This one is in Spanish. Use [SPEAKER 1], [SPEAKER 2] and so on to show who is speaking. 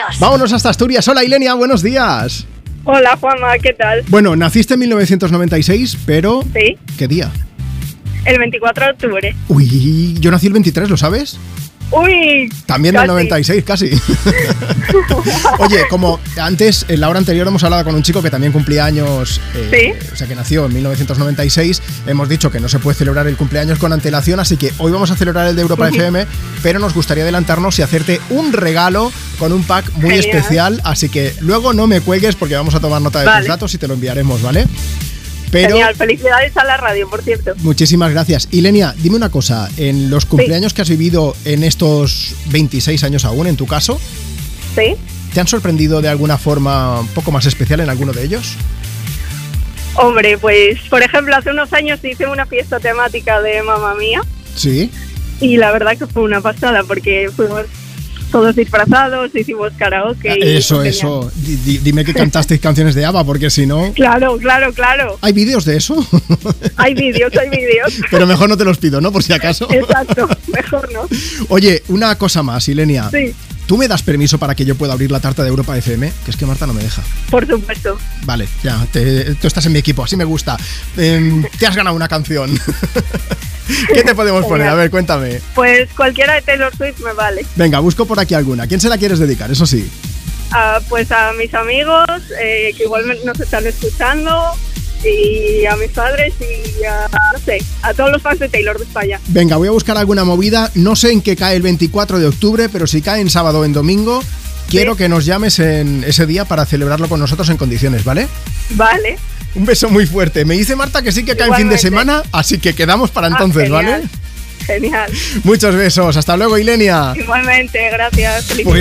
[SPEAKER 1] Asturias.
[SPEAKER 2] Vámonos hasta Asturias. Hola, Ilenia, buenos días.
[SPEAKER 3] Hola Juanma, ¿qué tal?
[SPEAKER 2] Bueno, naciste en 1996, pero...
[SPEAKER 3] Sí,
[SPEAKER 2] ¿Qué día?
[SPEAKER 3] el 24 de octubre.
[SPEAKER 2] Uy, yo nací el 23, ¿lo sabes?
[SPEAKER 3] Uy,
[SPEAKER 2] También del
[SPEAKER 3] Casi.
[SPEAKER 2] 96, casi. Oye, como antes, en la hora anterior hemos hablado con un chico que también cumplía años, eh, o sea, que nació en 1996, hemos dicho que no se puede celebrar el cumpleaños con antelación, así que hoy vamos a celebrar el de Europa FM, pero nos gustaría adelantarnos y hacerte un regalo con un pack muy
[SPEAKER 3] Genial.
[SPEAKER 2] especial, así que luego no me cuelgues porque vamos a tomar nota de
[SPEAKER 3] Vale.
[SPEAKER 2] tus datos y te lo enviaremos, ¿vale? Pero...
[SPEAKER 3] genial. Felicidades a la radio, por cierto.
[SPEAKER 2] Muchísimas gracias. Ilenia, dime una cosa, en los cumpleaños que has vivido en estos 26 años aún, en tu caso,
[SPEAKER 3] Sí.
[SPEAKER 2] ¿te han sorprendido de alguna forma un poco más especial en alguno de ellos?
[SPEAKER 3] Hombre, pues por ejemplo, hace unos años hice una fiesta temática de Mamma Mía
[SPEAKER 2] Sí.
[SPEAKER 3] y la verdad que fue una pasada porque fuimos todos disfrazados, hicimos karaoke. y
[SPEAKER 2] Ah, eso,
[SPEAKER 3] fue genial.
[SPEAKER 2] eso. Di- di- dime que cantasteis canciones de ABBA, porque si no...
[SPEAKER 3] Claro, claro, claro.
[SPEAKER 2] ¿Hay vídeos de eso?
[SPEAKER 3] Hay vídeos, hay vídeos.
[SPEAKER 2] Pero mejor no te los pido, ¿no? Por si acaso.
[SPEAKER 3] Exacto, mejor no.
[SPEAKER 2] Oye, una cosa más, Ilenia.
[SPEAKER 3] Sí,
[SPEAKER 2] ¿Tú me das permiso para que yo pueda abrir la tarta de Europa FM? Que es que Marta no me deja.
[SPEAKER 3] por supuesto.
[SPEAKER 2] Vale, ya, te- tú estás en mi equipo, así me gusta. Em, te has ganado una canción. ¿Qué te podemos poner? A ver, cuéntame.
[SPEAKER 3] Pues cualquiera de Taylor Swift me vale.
[SPEAKER 2] Venga, busco por aquí alguna. ¿Quién se la quieres dedicar? Eso sí.
[SPEAKER 3] Ah, pues a mis amigos, eh, que igual me- nos están escuchando, y a mis padres y a, no sé, a todos los fans de Taylor de España.
[SPEAKER 2] Venga, voy a buscar alguna movida. No sé en qué cae el 24 de octubre, pero si cae en sábado o en domingo, quiero que nos llames en ese día para celebrarlo con nosotros en condiciones, ¿vale?
[SPEAKER 3] Vale.
[SPEAKER 2] Un beso muy fuerte. Me dice Marta que sí que cae en fin de
[SPEAKER 3] Igualmente.
[SPEAKER 2] semana, así que quedamos para
[SPEAKER 3] Ah,
[SPEAKER 2] entonces,
[SPEAKER 3] genial,
[SPEAKER 2] ¿vale?
[SPEAKER 3] Genial.
[SPEAKER 2] Muchos besos. Hasta luego, Ilenia.
[SPEAKER 3] Igualmente, gracias.
[SPEAKER 2] Pues